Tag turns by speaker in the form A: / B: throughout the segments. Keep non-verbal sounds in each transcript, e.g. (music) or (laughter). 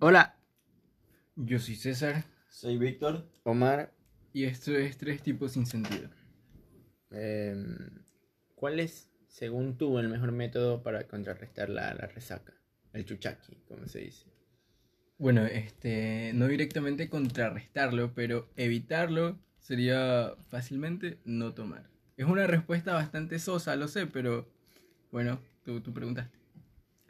A: Hola, yo soy César
B: Soy Víctor.
C: Omar,
A: y esto es Tres Tipos Sin Sentido.
C: em, ¿cuál es, según tú, el mejor método para contrarrestar la, la resaca? El chuchaki, como se (laughs) dice.
A: Bueno, este, no directamente contrarrestarlo, pero evitarlo sería fácilmente no tomar. Es una respuesta bastante sosa, lo sé, pero bueno, tú, tú preguntaste.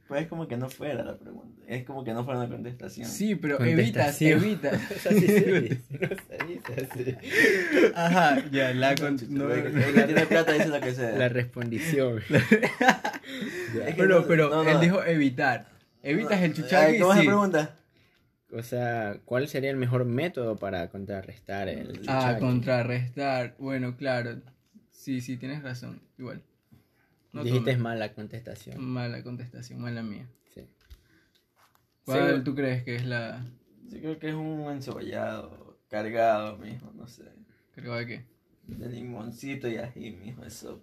B: Pues es como que no fuera la pregunta. Es como que no fuera una contestación.
A: Sí, pero evitas,
C: Contestación.
B: (laughs)
A: evitas.
C: Así se dice, (laughs) no se dice así.
A: Ajá, ya, la con-
B: Chucha,
A: no-
B: el que- el que tiene plata
A: (laughs)
B: dice lo que sea.
C: La respondición.
B: Es que
A: Bueno,
B: no-
A: pero
B: no, no.
A: él dijo evitar. Evitas el
B: Ay,
A: chuchaqui,
B: ¿Cómo es
A: sí.
B: la pregunta?
C: O sea, ¿cuál sería el mejor método para contrarrestar el chuchaki?
A: Ah, contrarrestar. Bueno, claro. Sí, sí, tienes razón. Igual. No
C: Dijiste
A: tomes.
C: mala contestación.
A: Mala contestación, mala mía.
C: Sí.
A: ¿Cuál
B: Sí.
A: tú crees que es la
B: Yo creo que es un encebollado, cargado, mijo, no sé.
A: cargada de qué?
B: De limoncito y ají, mijo, eso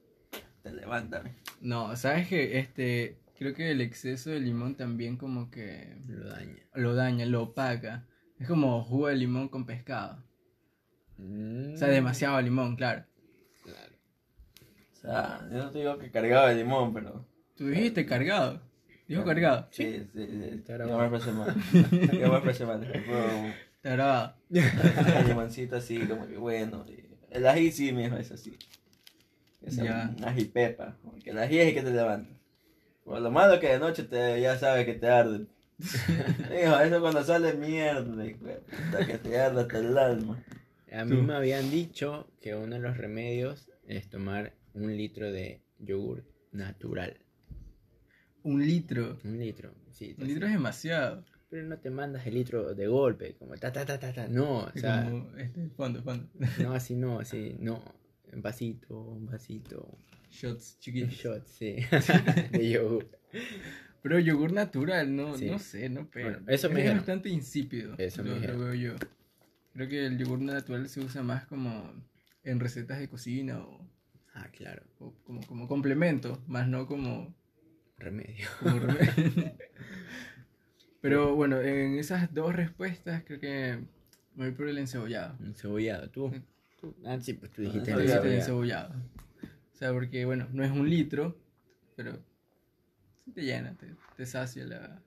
B: te levanta, mijo.
A: No, sabes que este creo que el exceso de limón también como que
C: Lo daña.
A: lo daña, lo opaca. Es como jugo de limón con pescado.
C: Mm,
A: O sea, demasiado limón, claro.
C: claro.
B: O sea, yo no te digo que cargado de limón, pero...
A: Tú dijiste cargado. Dijo cargado.
B: Sí, sí, sí.
C: Está
B: Yo
C: grabado.
B: me expresé mal. (laughs) Yo me expresé mal. Fue
A: Está grabado.
B: un- un limoncito así, como que bueno. y- El ají sí, mijo, es así. Es
A: Ya.
B: un ají pepa. Porque el ají es el que te levanta. Por lo malo que de noche te, ya sabes que te
C: (laughs)
B: arde. Hijo, eso cuando sale mierda, hijo de puta, que te arde hasta el alma.
C: A mí
A: Tú.
C: me habían dicho que uno de los remedios es tomar un litro de yogur natural.
A: Un litro.
C: Un litro, sí.
A: Un litro es demasiado.
C: Pero no te mandas el litro de golpe, como ta ta ta ta ta. No, o
A: Es
C: sea,
A: como (laughs) este, fondo, fondo.
C: no así, no, así, no. Un vasito, un vasito,
A: Shots
C: un
A: chiquitos.
C: shot,
A: (laughs)
C: sí, de yogur.
A: Pero yogur natural, no,
C: Sí.
A: no sé, no pero.
C: Bueno, eso me
A: es
C: dijeron.
A: bastante insípido.
C: Eso me
A: lo, lo
C: dijeron.
A: veo yo. Creo que el yogur natural se usa más como en recetas de cocina o,
C: Ah, claro,
A: o como, como complemento, más no como.
C: remedio. (laughs)
A: como reme- pero bueno, en esas dos respuestas creo que me voy por el encebollado.
C: Un cebollado, tú. tú- Ah, sí, pues tú dijiste
B: Ah,
C: el
A: Yo sí
B: cebollado.
A: te
C: cebollado.
A: encebollado. O sea, porque bueno, no es un litro, pero sí te llena, te, te sacia la.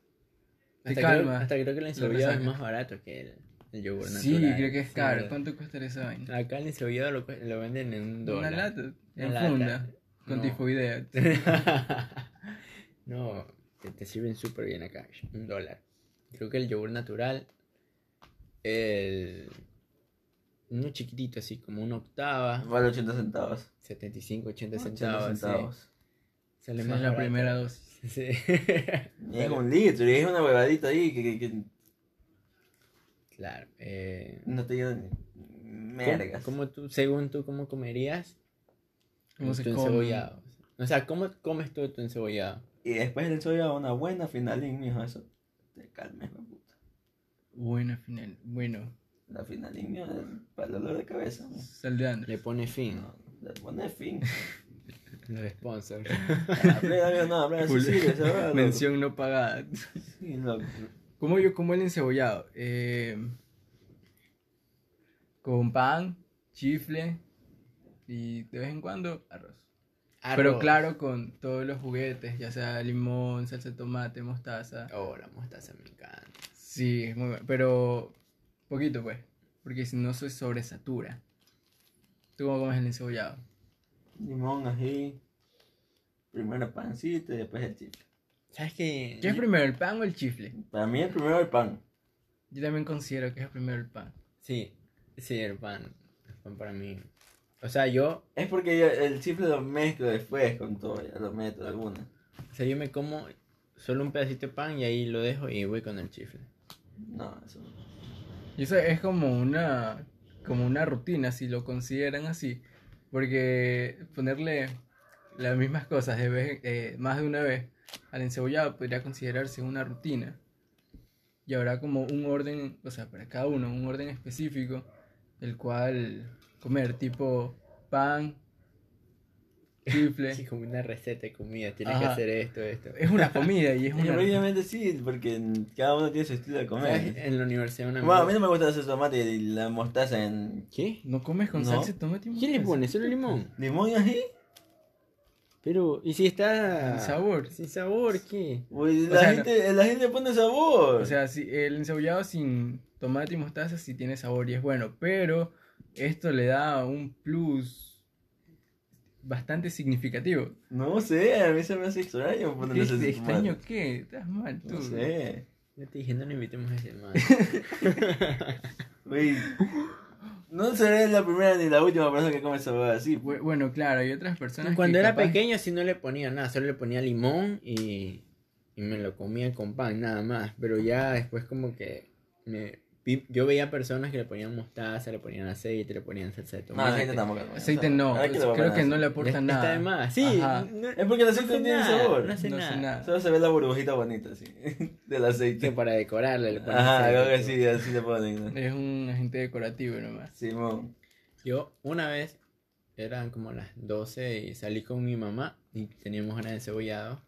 A: Te
C: Hasta
A: calma.
C: creo, hasta creo que el encebollado es
A: resaca.
C: más barato que el, el yogur
A: Sí,
C: natural.
A: creo que es caro.
C: ¿verdad?
A: ¿Cuánto cuesta esa vaina?
C: Acá el encebollado lo, cue- lo venden en un dólar.
A: Una lata, en
C: lata.
A: funda, con
C: No.
A: tifoidea.
C: (laughs) no, te, te sirven súper bien acá. Un dólar. Creo que el yogur natural, el. Uno chiquitito, así como una octava,
B: Vale 80 centavos.
C: 75, 80
B: 80
C: centavos. Ah, sí.
B: centavos.
C: Sale
A: Esa Ah, es
C: más
A: la
C: barato.
A: primera dosis.
C: (laughs) Sí.
B: Y es un litro, y es una huevadita ahí que, que- que
C: claro. eh,
B: no te llena ni
C: ¿cómo-
B: mergas.
C: cómo tú, según tú, cómo comerías
A: ¿Cómo se
C: tu
A: come?
C: encebollado? O sea, ¿cómo comes tú tu encebollado?
B: Y después el soya una buena finalín, mijo, eso. Te calmes, hijo de puta.
A: Buena final. Bueno,
B: La finalín, mijo, es para el dolor de cabeza. mijo.
A: saldeando.
C: Le pone fin.
B: No, le pones
A: (laughs)
B: fin.
C: Los sponsors.
B: Habla, habla, no, habla de
A: Full-
B: Cecilia, se va, loco.
A: Mención no pagada.
B: Sí, loco.
A: ¿Cómo yo como el encebollado? Eh, con pan, chifle y de vez en cuando arroz. Pero
C: Arroz.
A: claro, con todos los juguetes, ya sea limón, salsa de tomate, mostaza.
C: Oh, la mostaza me encanta.
A: Sí, es muy bueno. Pero poquito, pues. Porque si no se sobresatura. ¿Tú cómo comes el encebollado?
B: Limón, ají. Primero pancito y después el chifle.
C: ¿Sabes qué?
A: ¿Qué es primero, el pan o el chifle?
B: Para mí el primero el pan.
A: Yo también considero que es primero el pan.
C: Sí, sí, el pan. El pan para mí. O sea, yo,
B: Es porque yo el chifle lo mezclo después con todo, ya lo meto de una.
C: o sea, yo me como solo un pedacito de pan y ahí lo dejo y voy con el chifle.
B: No, eso no.
A: Y eso es como una, como una rutina, si lo consideran así. Porque ponerle las mismas cosas de vez, eh, más de una vez al encebollado podría considerarse una rutina. Y habrá como un orden, o sea, para cada uno, un orden específico, el cual comer, tipo pan,
C: (laughs)
A: chifle.
C: Sí, como una receta de comida. Tienes que
A: Ajá.
C: hacer esto, esto.
A: Es una comida
C: (laughs)
A: y es
B: Y
A: una...
B: Obviamente sí, porque cada uno tiene su estilo de
C: ¿Sabes?
B: comer.
C: En la universidad una
B: Bueno, a mí
C: amiga-
B: no me gusta hacer tomate y la mostaza en
C: ¿Qué?
A: ¿No comes con
B: No.
A: salsa y tomate?
C: ¿Qué le pones? ¿Solo limón?
B: limón y ají.
C: Pero, ¿y si está...?
A: Sin sabor.
C: ¿Sin sabor qué?
B: Uy,
A: O
B: la,
A: sea,
B: gente, la gente le pone sabor.
A: O sea, si el encebollado sin tomate y mostaza sí tiene sabor y es bueno, pero esto le da un plus bastante significativo.
B: no sé, a mí se me hace extraño
A: ¿Qué
B: ponerle
A: es
B: ese tomate.
A: extraño qué? Estás mal tú.
B: No sé.
C: Ya te dije, no lo invitemos a ese hermano.
B: Uy, no seré la primera ni la última persona que come sabor así. pues.
A: Bu- Bueno, claro, hay otras personas que
C: Cuando era
A: capaz-
C: pequeño sí no le ponía nada, solo le ponía limón y, y me lo comía con pan, nada más. Pero ya después como que me, vi- yo veía personas que le ponían mostaza, le ponían aceite, le ponían salsa de
B: No,
C: tomate.
B: aceite tampoco. no,
A: Aceite
B: o sea,
A: no, pues
B: ¿para qué le voy a
A: creo
B: poner
A: que no le
B: aceite?
A: aporta
C: Está
A: nada.
C: de más, sí.
A: Ajá.
C: no-
B: Es porque el aceite
C: hace
B: no tiene
C: nada,
B: sabor.
C: No hace
A: No hace
C: nada.
A: nada.
B: Solo se ve la burbujita bonita, así, (laughs) del
C: Que
B: aceite.
C: para decorarle le ponen
B: Ajá,
C: aceite,
B: creo que
C: tú.
B: sí, así le ponen. ¿no?
A: Es un agente decorativo nomás.
B: Simón.
C: Yo una vez, eran como las 12 y salí con mi mamá y teníamos una de cebollado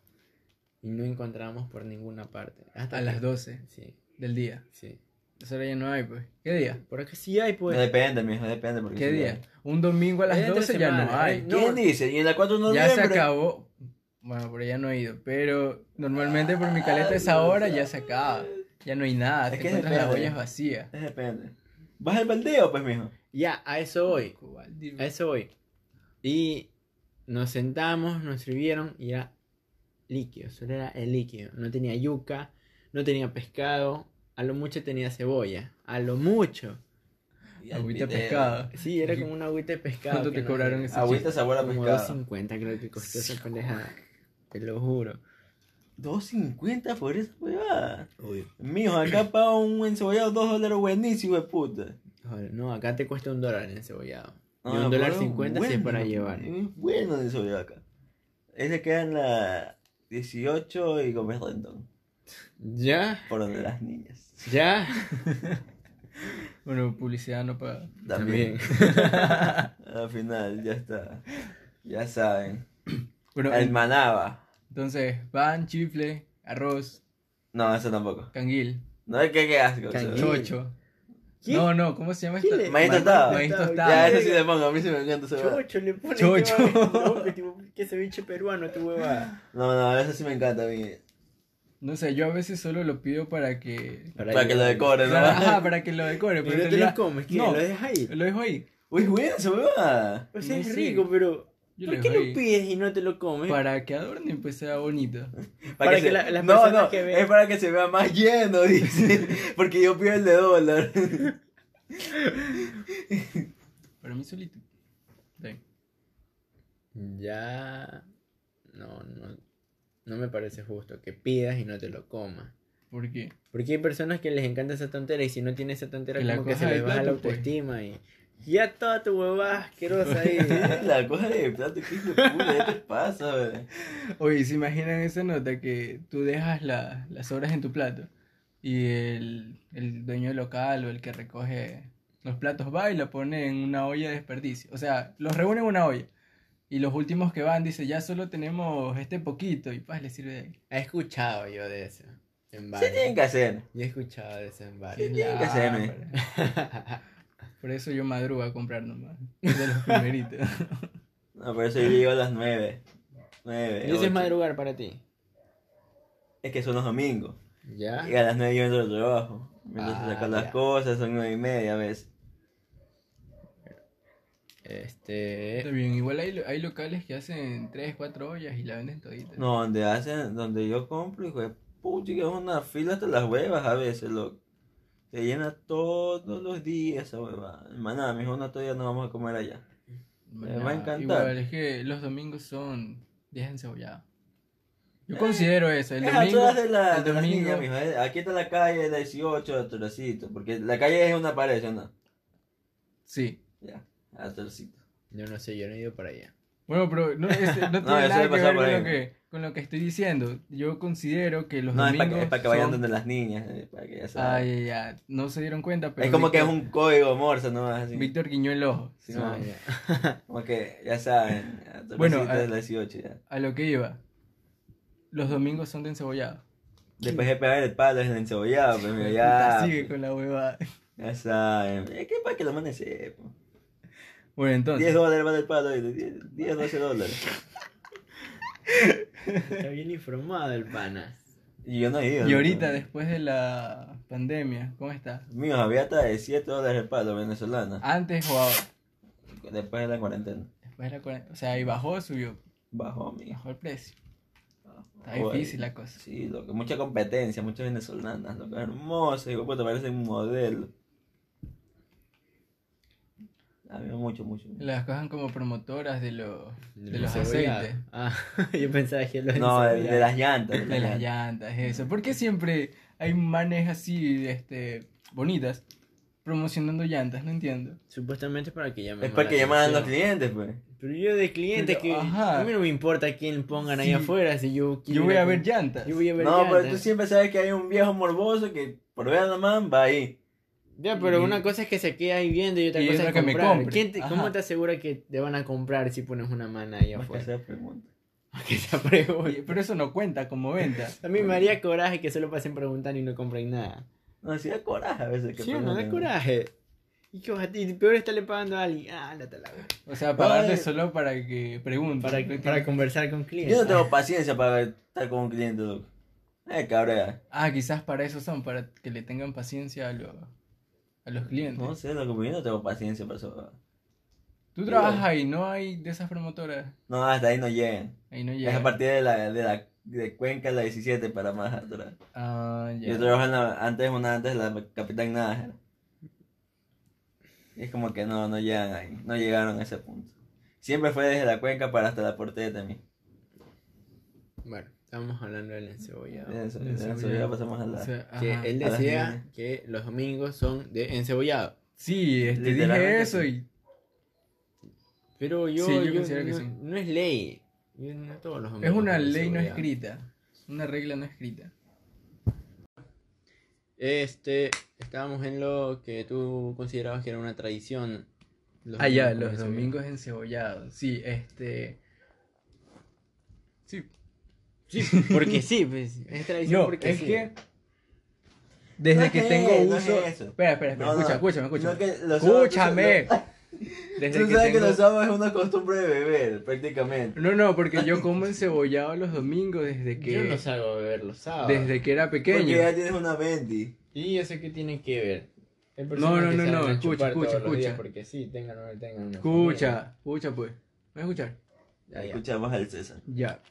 C: y no encontramos por ninguna parte. Hasta
A: A
C: que-
A: las 12
C: Sí,
A: del día.
C: sí.
A: Eso ahora ya no hay, pues. ¿Qué día?
C: Por acá sí hay
B: No
C: pues.
B: depende, mijo, depende. Porque
A: ¿Qué
B: si
A: día?
B: no-
A: Un domingo a las
C: Era entre
A: 12 ya no
C: semana,
A: hay.
C: ¿eh?
B: ¿Quién
C: No.
B: dice? Y en la 4 de
A: Ya
B: noviembre.
A: se acabó. Bueno, pero ya no he ido. Pero normalmente por mi caleta esa hora ya se acaba. Ya no hay nada.
B: Es
A: te
B: que
A: encuentras las
B: depende.
A: ollas vacías.
B: Es depende. ¿Vas al baldeo, pues, mijo?
C: Ya, a eso voy. A eso voy. Y nos sentamos, nos sirvieron y era líquido, solo era el líquido. No tenía yuca, no tenía pescado, a lo mucho tenía cebolla, a lo mucho.
A: Agüita de pescado.
C: Sí, era como una agüita de pescado.
A: ¿Cuánto
C: que
A: te
C: no
A: cobraron
C: sé,
A: ese
B: Agüita sabor a
C: Como
B: pescado.
C: 2.50 creo que costó esa pendejada. Te lo juro.
B: 2.50 por esa huevada.
C: Obvio.
B: Mijo, acá paga un encebollado 2 dólares buenísimo, de puta.
C: No, acá te cuesta un dólar en cebollado. Y
B: Ah,
C: un dólar
B: pero
C: cincuenta si es para llevar.
B: Es bueno el encebollado acá. Ese queda en la 18 y Gómez Rendón.
C: ¿Ya?
B: Por donde las niñas.
C: ¿Ya?
A: Bueno, publicidad no paga.
B: También.
C: También.
B: Al final, ya está. Ya saben.
A: Bueno,
B: el manaba.
A: entonces, pan, chifle, arroz,
B: No, eso tampoco.
A: canguil,
B: No es que qué asco.
C: Canguil.
B: eso.
A: chocho.
C: ¿Qué?
A: No, no, ¿cómo se llama
C: ¿Qué
A: esta?
C: le-
B: Maíz tostado.
A: Maíz tostado.
B: Ya, eso sí le pongo. A mí se me encanta ese huevada.
C: Chocho le pone
A: Chocho.
C: qué vaina, ¿no? tipo, que ese bicho peruano tu huevada.
B: No, no, eso sí me encanta a mí.
A: No sé, yo a veces solo lo pido para que...
B: Para que lo decoren,
A: Claro,
B: ¿no?
A: ajá, para que lo decore.
C: Pero
A: Pero
C: no
A: en
C: te lo
A: realidad-
C: comes, ¿qué?
A: No,
C: Lo dejas ahí.
A: lo dejo ahí.
B: Uy, bueno, se me va.
C: O sea,
A: no
C: es
A: sé.
C: rico, pero
A: Yo
C: ¿por
A: lo
C: qué
A: dejo
C: lo
A: ahí.
C: pides y no te lo comes?
A: Para que adorne y pues sea bonito.
C: Para que la- las
B: no,
C: personas
B: no,
C: que vean-
B: es para que se vea más lleno, (laughs) dice. Porque yo pido el de dólar. (laughs)
A: Para mí solito. Sí.
C: Ya. No, no. No me parece justo que pidas y no te lo comas.
A: ¿Por qué?
C: Porque hay personas que les encanta esa tontera y si no tiene esa tontera,
A: Que la
C: como que se
A: coja
C: les
A: del
C: baja la
A: plato, pues.
C: autoestima y. Ya toda tu huevada asquerosa
A: (laughs)
C: ahí.
B: la cosa de plato, ¿qué hijo de puta? ¿Qué te pasa, bebé?
A: Oye, ¿se imaginan esa nota que tú dejas la- las obras en tu plato y el, el dueño del local o el que recoge los platos va y la pone en una olla de desperdicio? O sea, los reúne en una olla y los últimos que van dice, ya solo tenemos este poquito y pues le sirve de ahí.
C: He escuchado yo de eso. En
B: Sí
C: varios.
B: tienen que hacer.
C: Yo he escuchado de eso en
A: Es
C: varios.
A: la
B: tiene que hacerme.
A: hambre. Por eso yo madrugo a comprar nomás. De los (laughs) primeritos.
B: No, por eso yo llego a las nueve. Nueve.
C: Y eso es
B: ocho.
C: madrugar para ti.
B: Es que son los domingos.
C: ¿Ya?
B: Y a las nueve yo entro al trabajo. Me empiezo
C: Ah,
B: a sacar las
C: ya.
B: cosas, son nueve y media a veces.
A: Está
C: Este.
A: bien, igual hay, lo- hay locales que hacen 3, 4 ollas y la venden todita.
B: No, donde hacen, donde yo compro, hijo de pucha, que es una fila hasta las huevas a veces, loco. Se llena todos los días esa hueva. Hermana, mi hijo, no todavía no vamos a comer allá.
A: Bueno,
B: Me va a encantar.
A: Igual es que los domingos son días encebollados. Yo
B: Eh,
A: considero eso,
B: (laughs)
A: el
B: Es a
A: domingo.
B: todas de, la,
A: el
B: de las
A: domingo-
B: niñas, mijo, eh. Aquí está la calle, la 18, atrasito. Porque la calle es una pared, ¿sí o no?
A: Sí.
B: Ya, atrasito.
C: Yo no sé, yo no he ido para allá.
A: Bueno, pero no, es- no tiene
B: eso le (laughs)
A: nada que
B: pasó
A: ver
B: por
A: con
B: ahí.
A: lo que, con lo que estoy diciendo. Yo considero que los
B: No, es para,
A: domingos.
B: que, es para que vayan
A: son-
B: donde las niñas. eh, para que ya saben.
A: Ay, ay, ay, No se dieron cuenta, pero.
B: es como que es
A: Víctor-
B: un código morse nomás. Así.
A: Víctor guiñó el ojo.
B: Sí,
C: Ah,
B: man.
C: ya.
B: Como que ya saben. ya, tu
A: Bueno,
B: besito
A: eh,
B: es las 18 ya.
A: A lo que iba. Los domingos son de encebollado.
B: Después de pegar el palo es el encebollado, pues mira, ya.
A: Puta, Sigue con la huevada.
B: Ya saben. Es que para que lo manes sepan.
A: Bueno,
B: 10
A: entonces.
B: dólares vale el palo, y 10, 10, 12 dólares.
C: Está bien informado el pana.
B: Y yo no he ido.
A: Y
B: ¿no?
A: ahorita, después de la pandemia, ¿cómo está?
B: Mío, había hasta de 7 dólares el palo venezolano.
A: Antes o ahora.
B: Después de la cuarentena.
A: Después de la cuarentena. O sea, y bajó o subió.
B: Bajó, mijo.
A: Bajó el precio. Está
B: Joder.
A: difícil la cosa.
B: Sí, loco. Mucha competencia, muchas venezolanas, loco. Hermosa, hijo puta, parece un modelo. A mí mucho, mucho.
A: Las cojan como promotoras de los, de los
C: cebollado.
A: aceites.
C: Ah, (laughs) yo pensaba que lo
B: No, de, de las llantas.
A: De las llantas, eso. ¿Por qué siempre hay manes así, este, bonitas, promocionando llantas? No entiendo.
C: Supuestamente para que llamen.
B: Es
C: más
B: para que
C: la
B: llamaran los
C: atención.
B: clientes, pues.
C: Pero yo de clientes
A: Pero,
C: que
A: ajá.
C: a mí no me importa quién pongan ahí
A: Sí.
C: afuera si yo quiero
A: Yo
C: ir
A: voy a ver
C: com-
A: llantas.
C: Yo voy a ver
B: No, pero
C: llantas.
B: tú siempre sabes que hay un viejo morboso que por ver a la man va ahí.
C: Ya, pero
A: Y-
C: una cosa es que se quede ahí viendo y otra
A: y
C: cosa
A: otra
C: es
A: que me
C: comprar.
A: compre.
C: ¿Quién te-
A: Ajá.
C: ¿Cómo te asegura que te van a comprar si pones una mano ahí
B: Más que
C: afuera?
B: hacer preguntas.
C: (laughs) Que te pregunten.
A: Oye, Pero eso no cuenta como venta.
C: A mí me haría coraje que solo pasen preguntando y no compren nada.
B: No, sí da coraje a veces. que
A: pues
C: Sí, no, da
B: pregunten.
C: coraje. Y que vas a- y peor estarle pagando a alguien. Ah, ándate a la verga.
A: O sea, pagarle
B: Ay.
A: solo para que pregunten.
C: para,
A: ¿no
C: para
A: entiendes?
C: conversar con clientes.
B: Yo no tengo paciencia para estar con un cliente, loco. Eh, cabrea.
A: Ah, quizás para eso son, para que le tengan paciencia a, lo- a los clientes.
B: No sé, loco, pero yo no tengo paciencia para eso.
A: Tú trabajas ahí, no hay de esas promotoras.
B: No, hasta ahí no llegan.
A: Ahí no
B: Es a
A: llega.
B: partir de la, de la de Cuenca, la 17 para más atrás.
A: Ah, ya.
B: Yo trabajo en la- antes, una antes de la Capitán Nájera. Y es como que no, no llegan ahí, no llegaron a ese punto. Siempre fue desde la Cuenca para hasta la porteta también.
C: Bueno, estábamos hablando del encebollado.
B: De eso,
A: En
B: de eso,
A: Sevilla.
B: ya pasamos a
A: O
B: la...
A: sea,
C: Que
A: ajá.
C: él
B: a las
C: decía
B: niñas.
C: que los domingos son de encebollado.
A: Sí, este, dije
B: Literalmente
A: eso
B: sí.
A: y
C: Pero yo,
A: Sí, yo
C: yo
A: considero que
C: no,
A: sí.
C: no es ley. Yo no todos los
A: Es
C: domingos
A: una
C: como
A: ley no
C: encebollado.
A: escrita, una regla no escrita.
C: Este, estábamos en lo que tú considerabas que era una tradición. Los
A: ah, ya,
C: domingos
A: los
C: con encebollado.
A: domingos encebollados. Sí, este. Sí.
C: Sí, porque sí, pues, es tradición
A: No,
C: porque
A: es
C: sí.
A: que. Desde
B: No
A: que
B: es
A: tengo
B: eso, no es
A: uso.
B: eso.
A: Espera, espera, espera.
B: No, no.
A: escucha, escúchame, escúchame.
B: No, que los sábados-
A: escúchame. (laughs) Desde
B: Tú
A: que
B: sabes que
A: tengo-
B: los sábados es una costumbre de beber, prácticamente.
A: No, no, porque yo como encebollado los domingos desde que.
C: Yo no salgo a beber los sábados.
A: desde que era
B: Porque
A: pequeño.
B: ya tienes una venti.
C: Y yo sé que tiene que ver. Hay
A: No, no,
C: que
A: no,
C: salen
A: no,
C: a
A: escucha,
C: chupar
A: escucha,
C: todos los días
A: escucha.
C: Porque sí, tengan o no tengan una familia.
A: Escucha, escucha pues. ¿Me vas a escuchar?
C: Ya, ya.
B: Escuchamos al César.
A: Ya.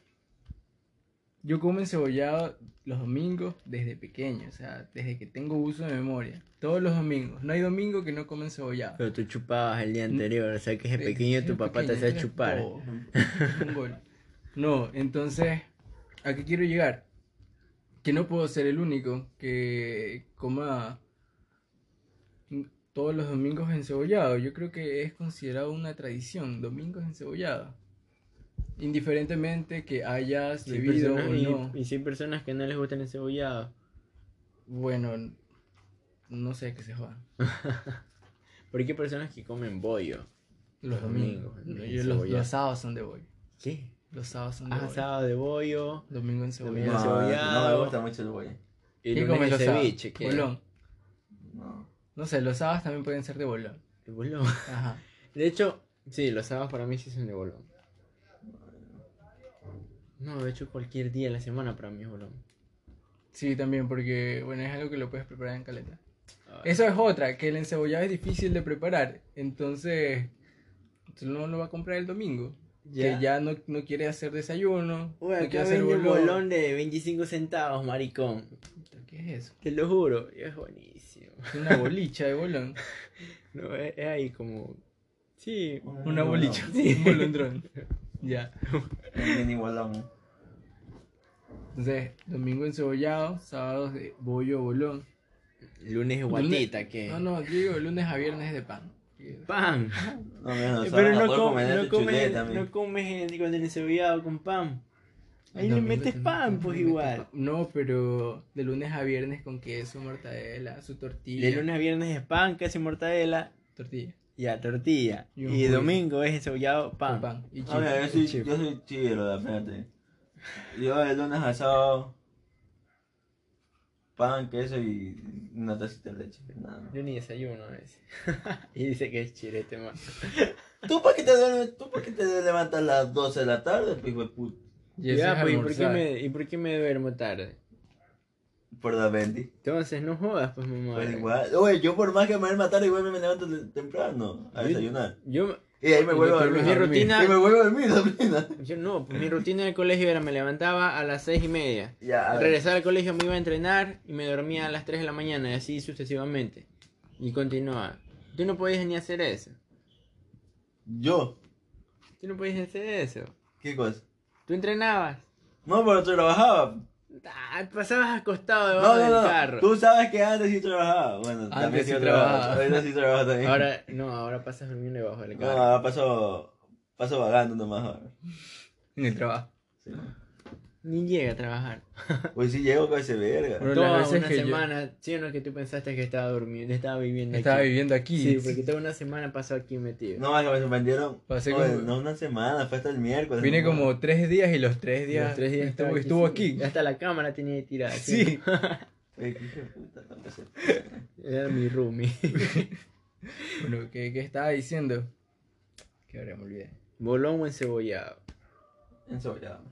A: Yo como encebollado los domingos desde pequeño, o sea, desde que tengo uso de memoria. Todos los domingos. No hay domingo que no como encebollado.
C: Pero tú chupabas el día
A: Mm.
C: anterior, o sea que desde
A: Desde
C: pequeño
A: que
C: tu
A: era
C: papá te
A: pequeño,
C: hacía
A: era
C: chupar.
A: bobo, un gol. No, entonces, ¿a qué quiero llegar? Que no puedo ser el único que coma todos los domingos encebollado. Yo creo que es considerado una tradición, domingos encebollado. Indiferentemente que hayas
C: Sí,
A: bebido o
C: personas- y,
A: no.
C: y sí hay personas que no les gustan el cebollado.
A: Bueno, no sé qué se jodan.
C: Porque hay personas que comen bollo.
A: Los
C: Los domingos,
A: domingos.
C: el
A: No, yo los,
C: encebollado.
A: los sábados son de bollo.
C: ¿Qué?
A: Los sábados son de
C: Ah,
A: bollo.
C: sábado de bollo.
A: Domingo
C: El
A: encebollado.
B: No, no me
C: cebollado.
B: gusta mucho el güey.
C: Y
A: ¿Qué
C: lunes
A: comes
C: de
A: los sábados?
C: ceviche, ¿qué?
A: Bolón.
B: No.
A: No sé, los sábados también pueden ser de bolón.
C: El bolón. (laughs)
A: Ajá.
C: De hecho, sí, los sábados para mí sí son de bolón. No, de hecho cualquier día de la semana para mí es bolón.
A: Sí, también, porque, bueno, es algo que lo puedes preparar en caleta.
C: Ah,
A: Eso es otra, que el encebollado es difícil de preparar. Entonces, tú no lo va a comprar el domingo.
C: Ya.
A: Que ya no, no quiere hacer desayuno.
C: Uy,
A: no quiere
C: acá
A: hacer
C: vende un
A: bolón.
C: bolón de 25 centavos, maricón.
A: Puta, ¿Qué es eso?
C: Te lo juro, es buenísimo. (laughs)
A: Es una bolicha de bolón.
C: No, es, es ahí como... Sí,
A: Una
B: No,
A: bolicha.
B: no.
A: Un bolondrón. Ya.
B: Un mini bolón.
A: Entonces, domingo encebollado, sábados de bollo o bolón.
C: lunes de guatita, que
A: Ah, No, no, yo digo lunes a viernes de pan.
C: Pan.
B: No, mira,
C: (laughs)
B: no,
C: Eh, Pero no,
B: no
C: com-
B: comer
C: no
B: no
C: comes,
B: también.
C: no comes eh, con el encebollado con pan. Ahí le
A: Domingo
C: metes
A: también,
C: pan,
A: le
C: pues
A: metes
C: igual.
A: pan. No, pero de lunes a viernes con queso, mortadela, su tortilla.
C: De lunes a viernes es pan, casi mortadela
A: Tortilla.
C: y a tortilla.
A: Y
C: Y,
A: un juguito.
C: domingo es encebollado
A: Pan.
C: pan.
A: pan y
B: Ah, mira, yo
A: chips.
B: soy,
C: chip.
B: yo soy chiviro, espérate. Yo el lunes a sábado, pan, queso y una tacita de leche. nada más.
C: Yo ni desayuno a veces. (laughs) y dice que es chirete, man.
B: ¿Tú para qué te, duermes- tú pa' qué te levantas a las 12 de la tarde, pues, hijo de puta?
A: Y eso
C: Ya,
A: es
C: pues, ¿y, por qué
A: almorzar.
C: me, ¿y por qué me duermo tarde?
B: Por la 20.
C: Entonces no jodas, pues mamá.
B: Pues igual. Oye, yo por más que me duerma matar, igual me levanto te- temprano a
C: Yo-
B: desayunar.
C: Yo,
B: Y ahí me
A: Y no
B: vuelvo a
A: te
B: dormir.
A: duermes
C: mi
A: a dormir.
C: rutina-
B: Y me vuelvo a dormir, (laughs) Sabrina.
C: yo no, pues mi rutina del colegio era me levantaba a las seis y media.
B: Ya, a ver.
C: Regresaba al colegio, me iba a entrenar y me dormía a las 3 de la mañana y así sucesivamente. Y continuaba. Tú no podías ni hacer eso.
B: Yo,
C: Tú no podías hacer eso.
B: ¿qué cosa?
C: Tú entrenabas.
B: No, pero trabajaba.
C: Ah, Pasabas acostado debajo
B: No, no,
C: del
B: no,
C: carro.
B: Tú sabes que antes sí trabajaba. Bueno, también
A: Antes
B: sí
A: sí
B: trabajaba.
A: trabajaba.
B: Ahorita sí trabajo también.
C: Ahora, no, ahora pasas durmiendo debajo del
B: No,
C: carro.
B: ahora paso, paso vagando nomás ahora.
A: En el trabajo.
B: Sí.
C: Ni llega a trabajar.
B: Hoy sí llego con ese verga.
A: Pero las
C: Toda
A: veces
C: una
A: que yo-
C: semana, ¿sí o no que tú pensaste que estaba durmiendo, estaba viviendo
A: Estaba
C: aquí?
A: viviendo aquí.
C: Sí, porque toda una semana pasó aquí metido.
B: No, más que me suspendieron.
A: Pasé
B: oye,
A: como-
B: No una semana, fue hasta el miércoles.
A: Vine
B: ¿no?
A: como tres días y los tres
C: Los
A: días,
C: tres días
A: estuvo,
C: estaba
A: estuvo
C: sí. (laughs)
A: aquí.
C: Hasta la cámara tenía que tirar.
A: Sí.
B: Eh, qué hijo de puta, no puede ser.
C: (laughs) Era mi (laughs) roomie.
A: Bueno, ¿qué, qué estaba diciendo? Que ahora me olvidé.
C: Bolón o encebollado.
B: Ensobrado.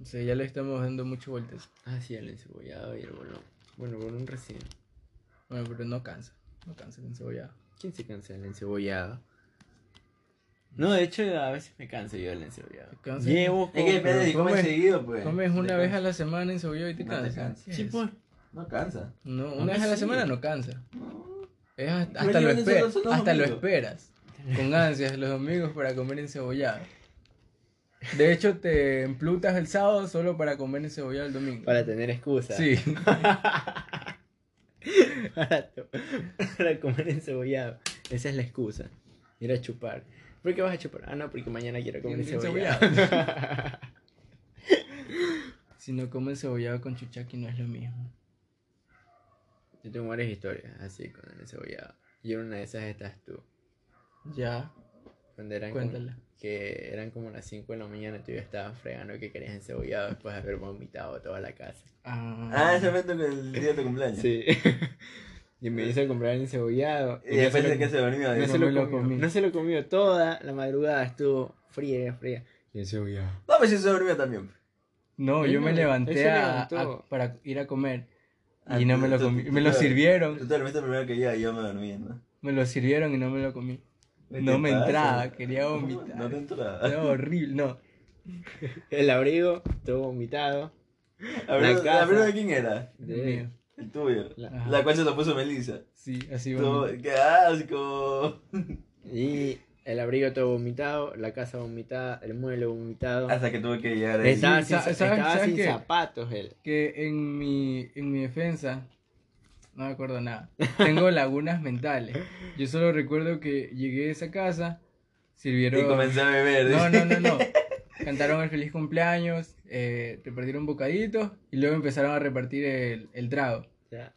A: O sea, ya le estamos dando muchas vueltas.
C: Ah, sí, el encebollado y el bolón. Bueno, bolón recién.
A: Bueno, pero no cansa. No cansa el encebollado.
C: ¿Quién se cansa del encebollado? No, de hecho, a veces me canso yo del encebollado.
A: ¿Te cansas?
C: Llevo
B: Es que depende
A: pero
B: de cómo
A: comes-
B: seguido, pues.
A: Comes
B: Si te
A: una vez
B: cansa.
A: a la semana encebollado y te
B: No te
A: cansas.
B: cansa.
A: ¿Qué es?
C: pues,
B: No cansa.
A: No,
C: mí
A: una vez a la
C: sí.
A: semana no cansa. Es hasta,
B: Pero
A: hasta lo
B: yo en
A: esper-
B: esos- esos
A: hasta lo
B: domingos.
A: esperas. Con ansias los domingos para comer encebollado. De hecho, te emplutas el sábado solo para comer encebollado el domingo.
C: Para tener excusas.
A: Sí.
C: (laughs) Para, to- para comer encebollado. Esa es la excusa. Ir a chupar. ¿Por qué vas a chupar? Ah, no, porque mañana quiero comer
A: Comer
C: encebollado.
A: (laughs) Si no comes cebollado con chuchaki no es lo mismo.
C: Yo tengo varias historias así con el encebollado. Y en una de esas estás tú.
A: Ya.
C: Cuando eran como-
A: Cuéntala.
C: que eran como las 5 de la mañana, tú ya estabas fregando que querías encebollado después de haber vomitado toda la casa.
A: Ah,
B: Ah, ese momento que el día de tu cumpleaños.
C: Sí. (laughs) y me hizo comprar el encebollado.
B: Y después
C: no
B: de
C: se
B: que
C: lo,
B: se dormía.
C: no
B: digo,
C: se lo
A: me lo
C: comió.
A: comí.
C: No se lo comió toda la madrugada, estuvo fría, fría. Y encebollado.
B: No, pues sí se dormía también.
A: No,
C: Él
A: yo
C: no-
A: me
C: él se
A: levanté a- a-
C: levantó.
A: para ir a comer
B: Ah,
A: y no
B: tú-
A: me lo
B: tú-
A: comí.
B: tú
A: Me lo
B: te- Tú
A: sirvieron,
B: te dormiste primero que yo y yo me dormí, ¿no?
A: me lo sirvieron y no me lo comí.
B: ¿Qué
A: No
B: te
A: me
B: pasa? (laughs)
A: entraba, quería vomitar.
B: No te entraba.
A: Era horrible, no.
C: El abrigo, todo vomitado.
B: A ver,
C: casa.
B: (laughs) ¿la primera de quién era?
A: Dios mío. Ah.
B: El tuyo.
C: La-
A: Ajá.
B: La cual se lo puso Melissa.
A: Sí, así
B: Tú,
A: va.
B: ¡Qué asco!
C: Y el abrigo todo vomitado, la casa vomitada, el mueble vomitado.
B: Hasta que tuve que llegar ahí.
C: Estaba
A: Sí,
C: sin,
A: sa-
C: estaba
A: ¿sabes- sabes
C: sin
A: qué?
C: zapatos él.
A: Que en mi, en mi defensa, no me acuerdo nada. Tengo lagunas mentales. Yo solo recuerdo que llegué a esa casa, sirvieron...
B: Y comencé a beber.
A: No, no,
B: dice.
A: no, no. Cantaron el feliz cumpleaños, eh, repartieron bocaditos y luego empezaron a repartir el, el trago.
C: O sea,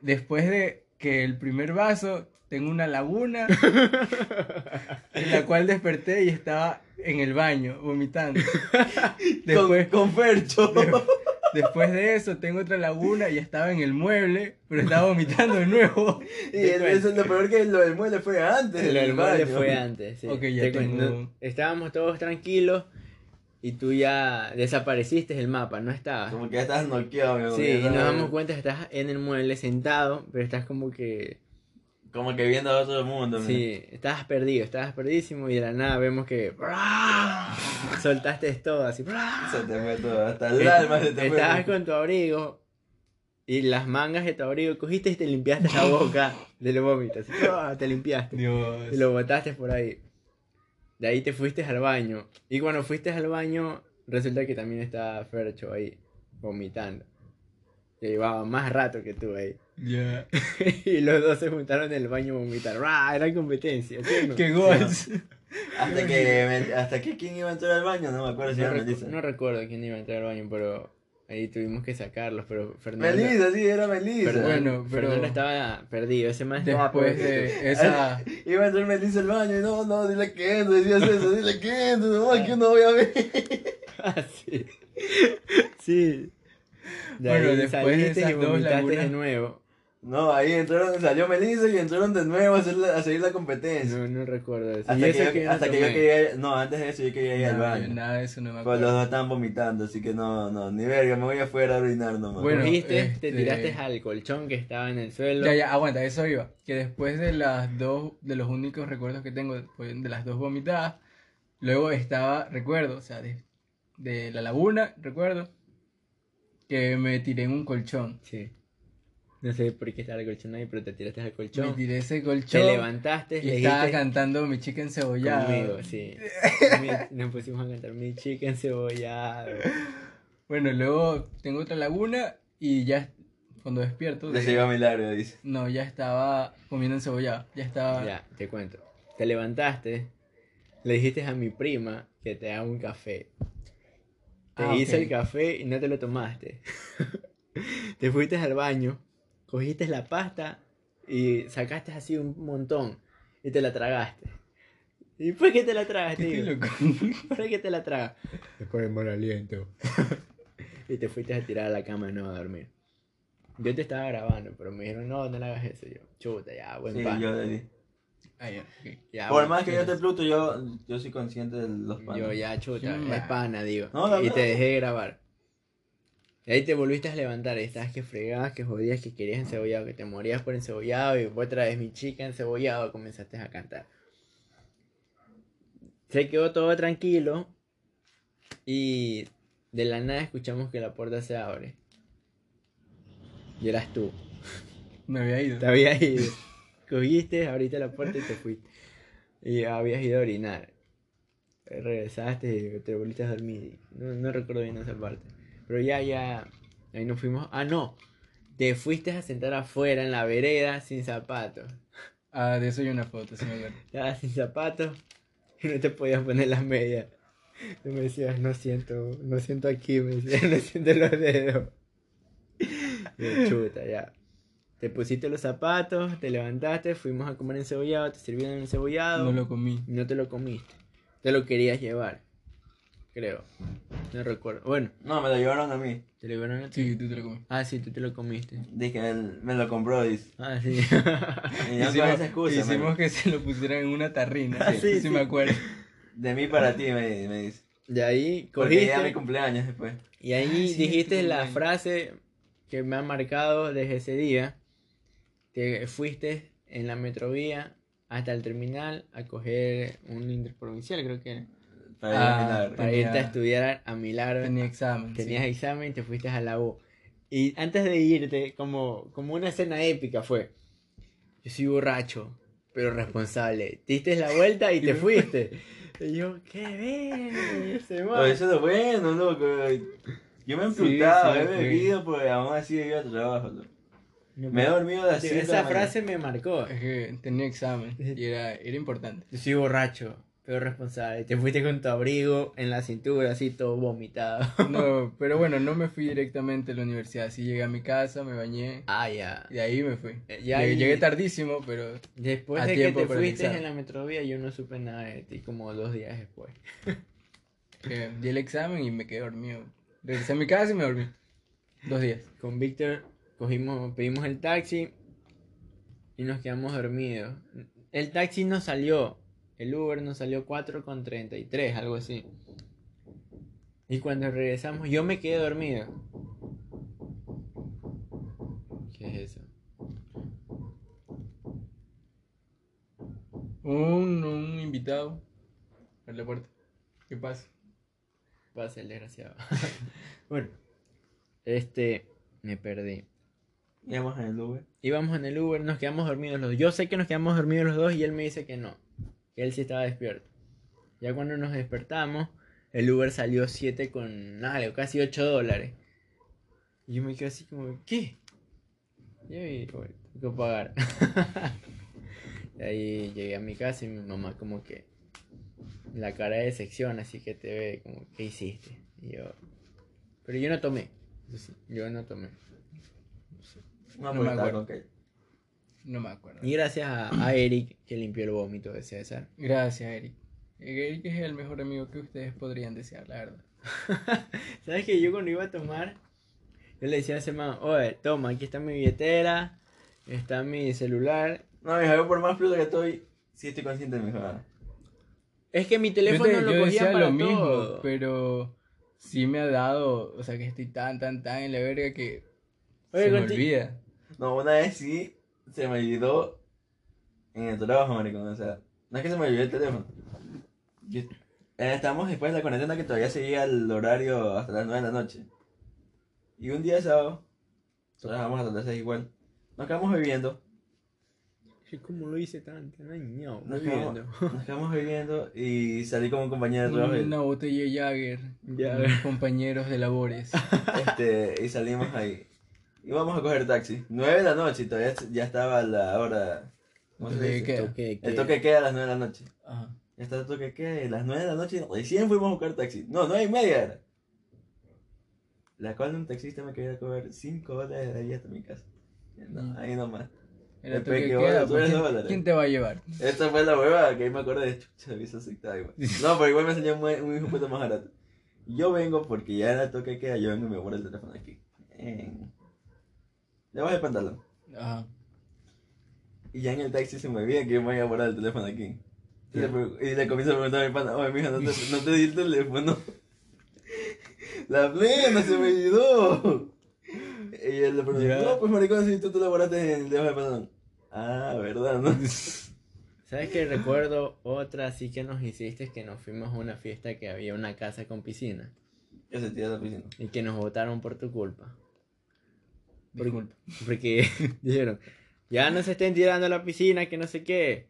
A: Después de que el primer vaso, tengo una laguna (laughs) en la cual desperté y estaba en el baño (laughs) vomitando. Después,
B: (laughs) Con, con Fercho.
A: (laughs) después de eso, tengo otra laguna y estaba en el mueble, pero estaba vomitando de nuevo.
B: y el- eso es lo peor que lo del mueble fue antes.
C: Lo del
B: baño.
C: mueble fue antes. sí.
A: Ok, ya
C: Te cuento,
A: tengo-
C: Estábamos todos tranquilos y tú ya desapareciste del mapa, no estabas.
B: Como que ya estás noqueado, mi
C: Sí, y nos damos cuenta que estás en el mueble sentado, pero estás como que...
B: Como que viendo a otro mundo. mi.
C: Sí, estabas perdido, estabas perdidísimo y de la nada vemos que... (laughs) Soltaste todo así.
B: Se te fue todo. Hasta el alma se te fue.
C: Estabas con tu abrigo y las mangas de tu abrigo cogiste y te limpiaste la boca del vómito. así, (laughs) ¡ah! te limpiaste.
A: Dios.
C: Y lo botaste por ahí. De ahí te fuiste al baño. Y cuando fuiste al baño, resulta que también estaba Fercho ahí, vomitando. Que llevaba más rato que tú ahí. (laughs)
A: Ya. (laughs)
C: y los dos se juntaron en el baño a vomitar. ¡Ra! Era competencia. ¿sí o no?
A: Qué gols.
B: Hasta que, me- hasta que quién iba a entrar al baño, no me acuerdo si
C: no,
B: era
C: recu-
B: Melissa.
C: no recuerdo quién iba a entrar al baño, pero ahí tuvimos que sacarlos. Pero Fernando,
B: Melissa, sí, era Melissa.
C: Fernando,
A: Bueno, pero-
C: Fernando estaba perdido. Ese más
A: Después de esa.
B: Iba a entrar Melissa al baño y no, no, dile que entre, decías eso, dile que entre, no, es que no voy a ver.
C: (laughs) Ah, sí. (laughs) sí. De
A: Bueno,
C: ahí
A: después de
C: saliste
A: esas
C: y
A: dos
C: vomitaste de
A: lagunas-
C: nuevo.
B: No, ahí entraron, salió Melissa y entraron de nuevo a, hacer la- a seguir la competencia.
C: No, no recuerdo eso.
B: hasta
C: Y
B: que,
C: eso
B: yo,
C: que no
B: hasta que yo
C: tomé.
B: quería, no, antes de eso yo quería ir al
A: Nada,
B: baño.
A: nada de eso no me
B: Pues los
A: acuerdo.
B: dos estaban vomitando, así que no, no, ni verga, me voy afuera a orinar nomás.
A: Bueno,
C: Cogiste, te
A: este-
C: tiraste al colchón que estaba en el suelo.
A: Ya, ya, aguanta, eso iba. Que después de las dos, de los únicos recuerdos que tengo, pues, de las dos vomitadas, luego estaba, recuerdo, o sea, de, de la laguna, recuerdo, que me tiré en un colchón.
C: Sí. No sé por qué estaba el colchón ahí, pero te tiraste al
A: Me
C: colchón.
A: tiré ese
C: Te
A: colchón
C: levantaste,
A: y
C: le
A: estaba
C: dijiste
A: cantando mi chica encebollada.
C: conmigo,
A: (laughs)
C: sí. Mi- nos pusimos a cantar mi chica encebollado.
A: Bueno, luego tengo otra laguna y ya cuando despierto,
B: le
C: eh.
A: de-
B: llegó milagro, dice.
A: no, ya estaba comiendo encebollado, ya estaba... (laughs)
C: Ya, te cuento. Te levantaste, le dijiste a mi prima que te haga un café. Te
A: Ah,
C: hizo
A: ok.
C: el café y no te lo tomaste. (laughs) te fuiste al baño, cogiste la pasta y sacaste así un montón y te la tragaste. ¿Y por qué te la tragaste?
A: Qué
C: digo?
A: loco.
C: ¿Para qué te la tragas? Después del mal aliento. (laughs) y te fuiste a tirar a la cama no a dormir. Yo te estaba grabando, pero me dijeron, no, no le hagas eso. Yo, chuta, ya, buen
B: Sí,
C: pan.
B: yo le di.
A: Ah, ya, ok.
C: Ya,
B: Por
C: bueno,
B: más que yo te
C: chuta.
B: pluto, yo, yo soy consciente de los panos.
C: Yo ya, chuta,
A: Sí,
C: es pana, digo.
B: No, la
C: y te
B: verdad.
C: dejé grabar. Y ahí te volviste a levantar y estabas que fregabas, que jodías, que querías encebollado, que te morías por encebollado y otra vez mi chica encebollado comenzaste a cantar. Se quedó todo tranquilo y de la nada escuchamos que la puerta se abre. Y eras tú.
A: Me había ido.
C: Te habías ido. Cogiste, abriste la puerta y te fuiste. Y habías ido a orinar. Eh, Regresaste y te volviste a dormir. No, no recuerdo bien esa parte. Pero ya, ya. Ahí nos fuimos. Ah, no. Te fuiste a sentar afuera en la vereda sin zapatos.
A: Ah, de eso hay una foto, sí me acuerdo.
C: Estabas sin zapatos y no te podías poner las medias. Y me decías, no siento, no siento aquí, me decías, (laughs) no siento los dedos. Y yo, chuta, ya. Te pusiste los zapatos, te levantaste, fuimos a comer encebollado, te sirvieron el encebollado.
A: No lo comí.
C: y no te lo comiste. Te lo querías llevar. Creo. No recuerdo. Bueno,
B: No, me lo llevaron a mí.
C: te lo llevaron a ti.
A: Sí, tú te lo comí.
C: Ah, sí, tú te lo comiste.
B: Dije, él me lo compró, dice.
C: Ah,
A: (laughs)
C: sí.
B: Y yo con esa excusa,
A: hicimos
B: mano.
A: que se lo pusieran en una tarrina.
C: Ah,
A: sí,
C: sí,
A: sí,
C: sí.
A: me acuerdo.
B: De mí para ti, me, me dice.
C: De ahí
B: Porque
C: cogiste.
B: ya mi cumpleaños después.
C: Y ahí
A: sí,
C: dijiste
A: estuvo
C: la
A: bueno.
C: frase que me ha marcado desde ese día. Te fuiste en la metrovía hasta el terminal a coger un interprovincial, creo que era,
B: Para ir a
A: Ah,
B: milagro.
C: para
A: Tenía-
C: irte a estudiar a Milagro.
A: Tenía examen. sí.
C: Tenías examen y te fuiste a la U. Y antes de irte, como, como una escena épica fue. Yo soy borracho, pero responsable. Te diste la vuelta y te fuiste. Y yo, qué bien. (laughs) Se
B: Pero
C: va.
B: eso es lo bueno, loco. Yo me he
A: Sí,
B: emplutado,
A: sí,
B: he
A: sí.
B: bebido, porque aún así he ido a trabajo. loco.
C: No,
B: Me he dormido a las 7 de
C: Esa
B: la mañana.
C: frase me marcó.
A: Es que tenía examen y era, era importante.
C: Yo soy borracho, pero responsable. Te fuiste con tu abrigo en la cintura, así todo vomitado. (laughs)
A: No, pero bueno, no me fui directamente a la universidad. Sí llegué a mi casa, me bañé
C: Ah, ya.
A: y de ahí me fui.
C: Eh,
A: Llegué,
C: ya ahí-
A: llegué tardísimo, pero
C: Después
A: A
C: de que
A: tiempo
C: te
A: para el
C: fuiste en
A: examen.
C: la metrovía, yo no supe nada de ti, como dos días después.
A: eh, di el examen y me quedé dormido. Regresé a mi casa y me dormí. Dos días.
C: Con Víctor cogimos, pedimos el taxi y nos quedamos dormidos. El taxi no salió, el Uber nos salió 4,33, algo así. Y cuando regresamos, yo me quedé dormido. ¿Qué es eso?
A: Un, un invitado. Por la puerta. ¿Qué pasa?
C: Pasa el desgraciado. (laughs) bueno, este, me perdí.
B: Íbamos en el Uber.
C: Íbamos en el Uber, nos quedamos dormidos los dos. Yo sé que nos quedamos dormidos los dos y él me dice que no. Que él sí estaba despierto. Ya cuando nos despertamos, el Uber salió 7 con algo, casi 8 dólares. Y yo me quedo así como, ¿qué? Y ahí, bueno, tengo que (laughs) pagar. Y ahí llegué a mi casa y mi mamá como que, la cara de sección, así que te ve como, ¿qué hiciste? Y yo, pero yo no tomé, eso sí, yo no tomé.
A: No
B: No,
A: me
B: porque estaba
A: acuerdo.
B: con que
A: No me acuerdo.
C: Y gracias a, a Eric que limpió el vómito de César.
A: Gracias, Eric. Eric es el mejor amigo que ustedes podrían desear, la verdad.
C: ¿Sabes que yo cuando iba a tomar, yo le decía a ese man, oye, toma, aquí está mi billetera, está mi celular.
B: No, mijo, yo por más fruto que estoy, sí estoy consciente de mi jugada.
C: Es que mi teléfono
A: Vete,
C: lo
A: yo
C: cogía
A: decía
C: para
A: lo mismo,
C: todo.
A: pero sí me ha dado, o sea, que estoy tan, tan, tan en la verga que
C: Oye,
A: se me
C: conti-
A: olvida.
B: No, una vez sí se me olvidó en el trabajo, maricón. O sea, no es que se me olvidó el teléfono. Yo- eh, estamos después de la cuarentena que todavía seguía el horario hasta las 9 de la noche. Y un día sábado, trabajamos hasta las 6 igual. Nos quedamos bebiendo.
C: Ay, ¿Cómo lo hice tan, tan dañado?
B: Nos
C: Muy
B: quedamos,
C: bien, ¿no?
B: nos quedamos bebiendo y salí con un compañero de trabajo.
A: Una botella de Jagger con
C: Jagger.
A: mis compañeros
C: (laughs)
A: de labores.
B: Este, y salimos ahí. Íbamos a coger taxi. 9 de la noche y todavía ya estaba la hora. ¿Cómo se
A: ¿De
B: dice?
A: qué?
C: El toque de
B: El
C: queda.
B: toque de queda a las 9 de la noche.
A: Ajá.
B: Ya está el toque que a las 9 de la noche recién fuimos a buscar taxi. No, 9 y media era. La cual un taxista me quería cobrar 5 dólares de ahí hasta mi casa. No, ahí nomás.
A: Era
B: El
A: toque de
B: peque,
A: queda,
B: hola, tú eres
A: pues,
B: dólares.
A: ¿Quién te va a llevar?
B: Esta fue la hueva que ahí me acuerdo de chucha, hubiese aceptado igual. No, pero igual me salió muy- un hijo puta más barato. Yo vengo porque ya era el toque de queda, yo vengo y me guardo el teléfono aquí. En- Le bajé el pantalón.
A: Ajá.
B: Y ya en el taxi se me olvida que yo me voy a guardar el teléfono aquí. Y le,
C: Ya.
B: pre- y le comienzo a preguntar a mi pana, oye, mija, no te, no te di el teléfono. (laughs) La plena se me olvidó. Y él le preguntó,
C: Ya.
B: no, pues maricón, si tú te lo guardaste en el debajo del pantalón. Ah, verdad, ¿no?
C: ¿Sabes que recuerdo otra así que nos hiciste que nos fuimos a una fiesta que había una casa con piscina
B: Yo se tiró a la piscina.
C: y que nos votaron por tu culpa? Por-
A: Disculpa.
C: Porque (laughs) dijeron, ya no se estén tirando a la piscina, que no sé qué.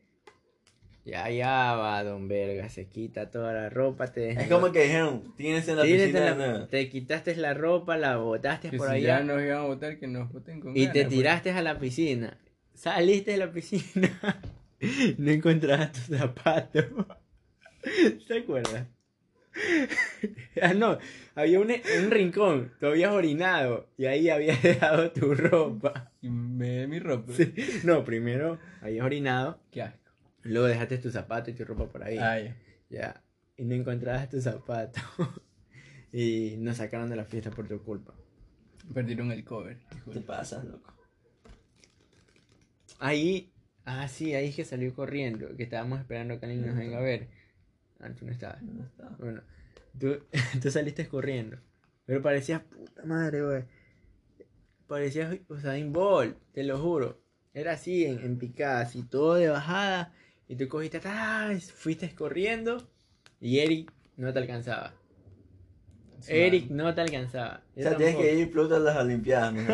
C: Ya, ya va, don verga, se quita toda la ropa, te
B: Es
C: desnudas.
B: como que dijeron, tienes en la
C: Tírate
B: piscina de
C: la-
B: nuevo.
C: Te quitaste la ropa, la botaste
A: Que
C: por
A: si
C: allá
A: ya nos iban a votar, que nos voten con
C: y te
A: ganas, pues.
C: tiraste a la piscina. Saliste de la piscina, (laughs) no encontrabas tus zapatos. (laughs) ¿Te acuerdas? (laughs) Ah, no, había un, un rincón, tú habías orinado y ahí habías (laughs) dejado tu ropa.
A: Y me mi ropa.
C: Sí, No, primero habías orinado,
A: Qué asco.
C: luego dejaste tus zapatos y tu ropa por ahí.
A: Ah, ya.
C: Ya, y no encontrabas tus zapatos. (laughs) y nos sacaron de la fiesta por tu culpa.
A: Perdieron el cover.
B: ¿Qué te
A: disculpa.
B: pasa, loco?
C: Ahí, ah, sí, ahí es que salió corriendo, que estábamos esperando que alguien nos venga a ver. Ah, tú no estabas.
B: No está.
C: Bueno, tú, (laughs) tú saliste corriendo, pero parecías puta madre, güey. Parecías Usain Bolt, te lo juro. Era así, en, en picada, así, todo de bajada, y tú cogiste, ¡ah! fuiste corriendo, y Eric no te alcanzaba.
A: Sí,
C: Eric
A: man.
C: no te alcanzaba.
B: O
C: Yo
B: sea, tienes
C: tampoco.
B: que ir pluto a las olimpiadas, mijo.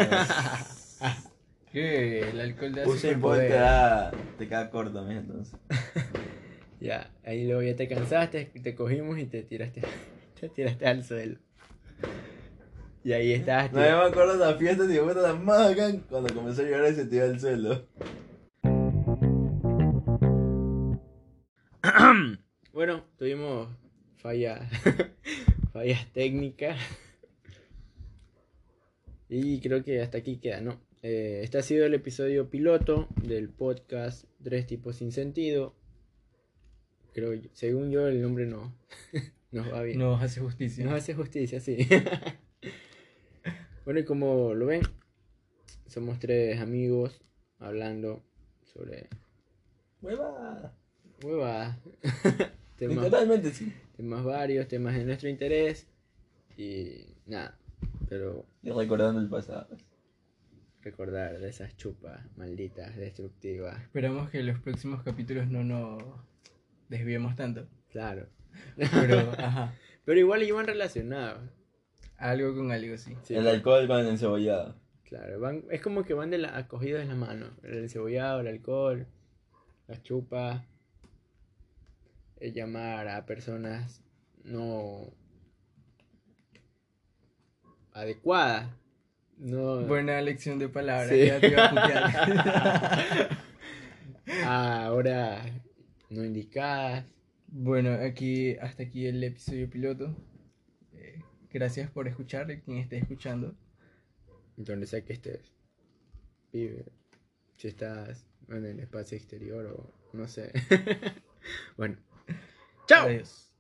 A: ¿Qué? El alcohol de
B: Usain Bolt te da, te queda corto, mijo, entonces.
C: Ya, ahí luego ya te cansaste, te cogimos y te tiraste, (laughs) te tiraste al suelo. Y ahí estabas
B: No, yo me acuerdo de la fiesta y bueno, la más bacán cuando comenzó a llorar y se tiró al suelo.
C: tú. Bueno, tuvimos fallas, (laughs) fallas técnicas. Y creo que hasta aquí queda, ¿no? Eh, este ha sido el episodio piloto del podcast Tres Tipos Sin Sentido. Creo, según yo, el nombre no (laughs) nos va bien.
A: Nos hace justicia.
C: Nos hace justicia, sí. (laughs) bueno, y como lo ven, somos tres amigos hablando sobre
B: Hueva.
C: huevadas, (laughs) temas,
B: Literalmente sí.
C: temas varios, temas de nuestro interés y nada. Pero
B: Y recordando el pasado.
C: recordar de esas chupas malditas, destructivas,
A: Esperamos que los próximos capítulos no nos desviemos tanto.
C: claro.
B: (laughs)
A: Pero, ajá.
C: Pero igual iban relacionados.
A: Algo con algo, sí.
C: Sí,
B: el alcohol con el encebollado.
C: Claro, van, es como que van de la, acogidos de la mano. El cebollado, el alcohol, las chupas, el llamar a personas no adecuadas. No
A: Buena elección de palabras.
C: Sí.
A: Ya te iba a
C: (laughs)
B: (laughs)
A: putear.
C: a horas no indicadas.
A: Bueno, aquí hasta aquí el episodio piloto. Eh, gracias por escuchar, quien esté escuchando.
C: Donde sea que estés. Vive. Si estás en el espacio exterior o no sé. (laughs) bueno. ¡Chao!
A: Adiós.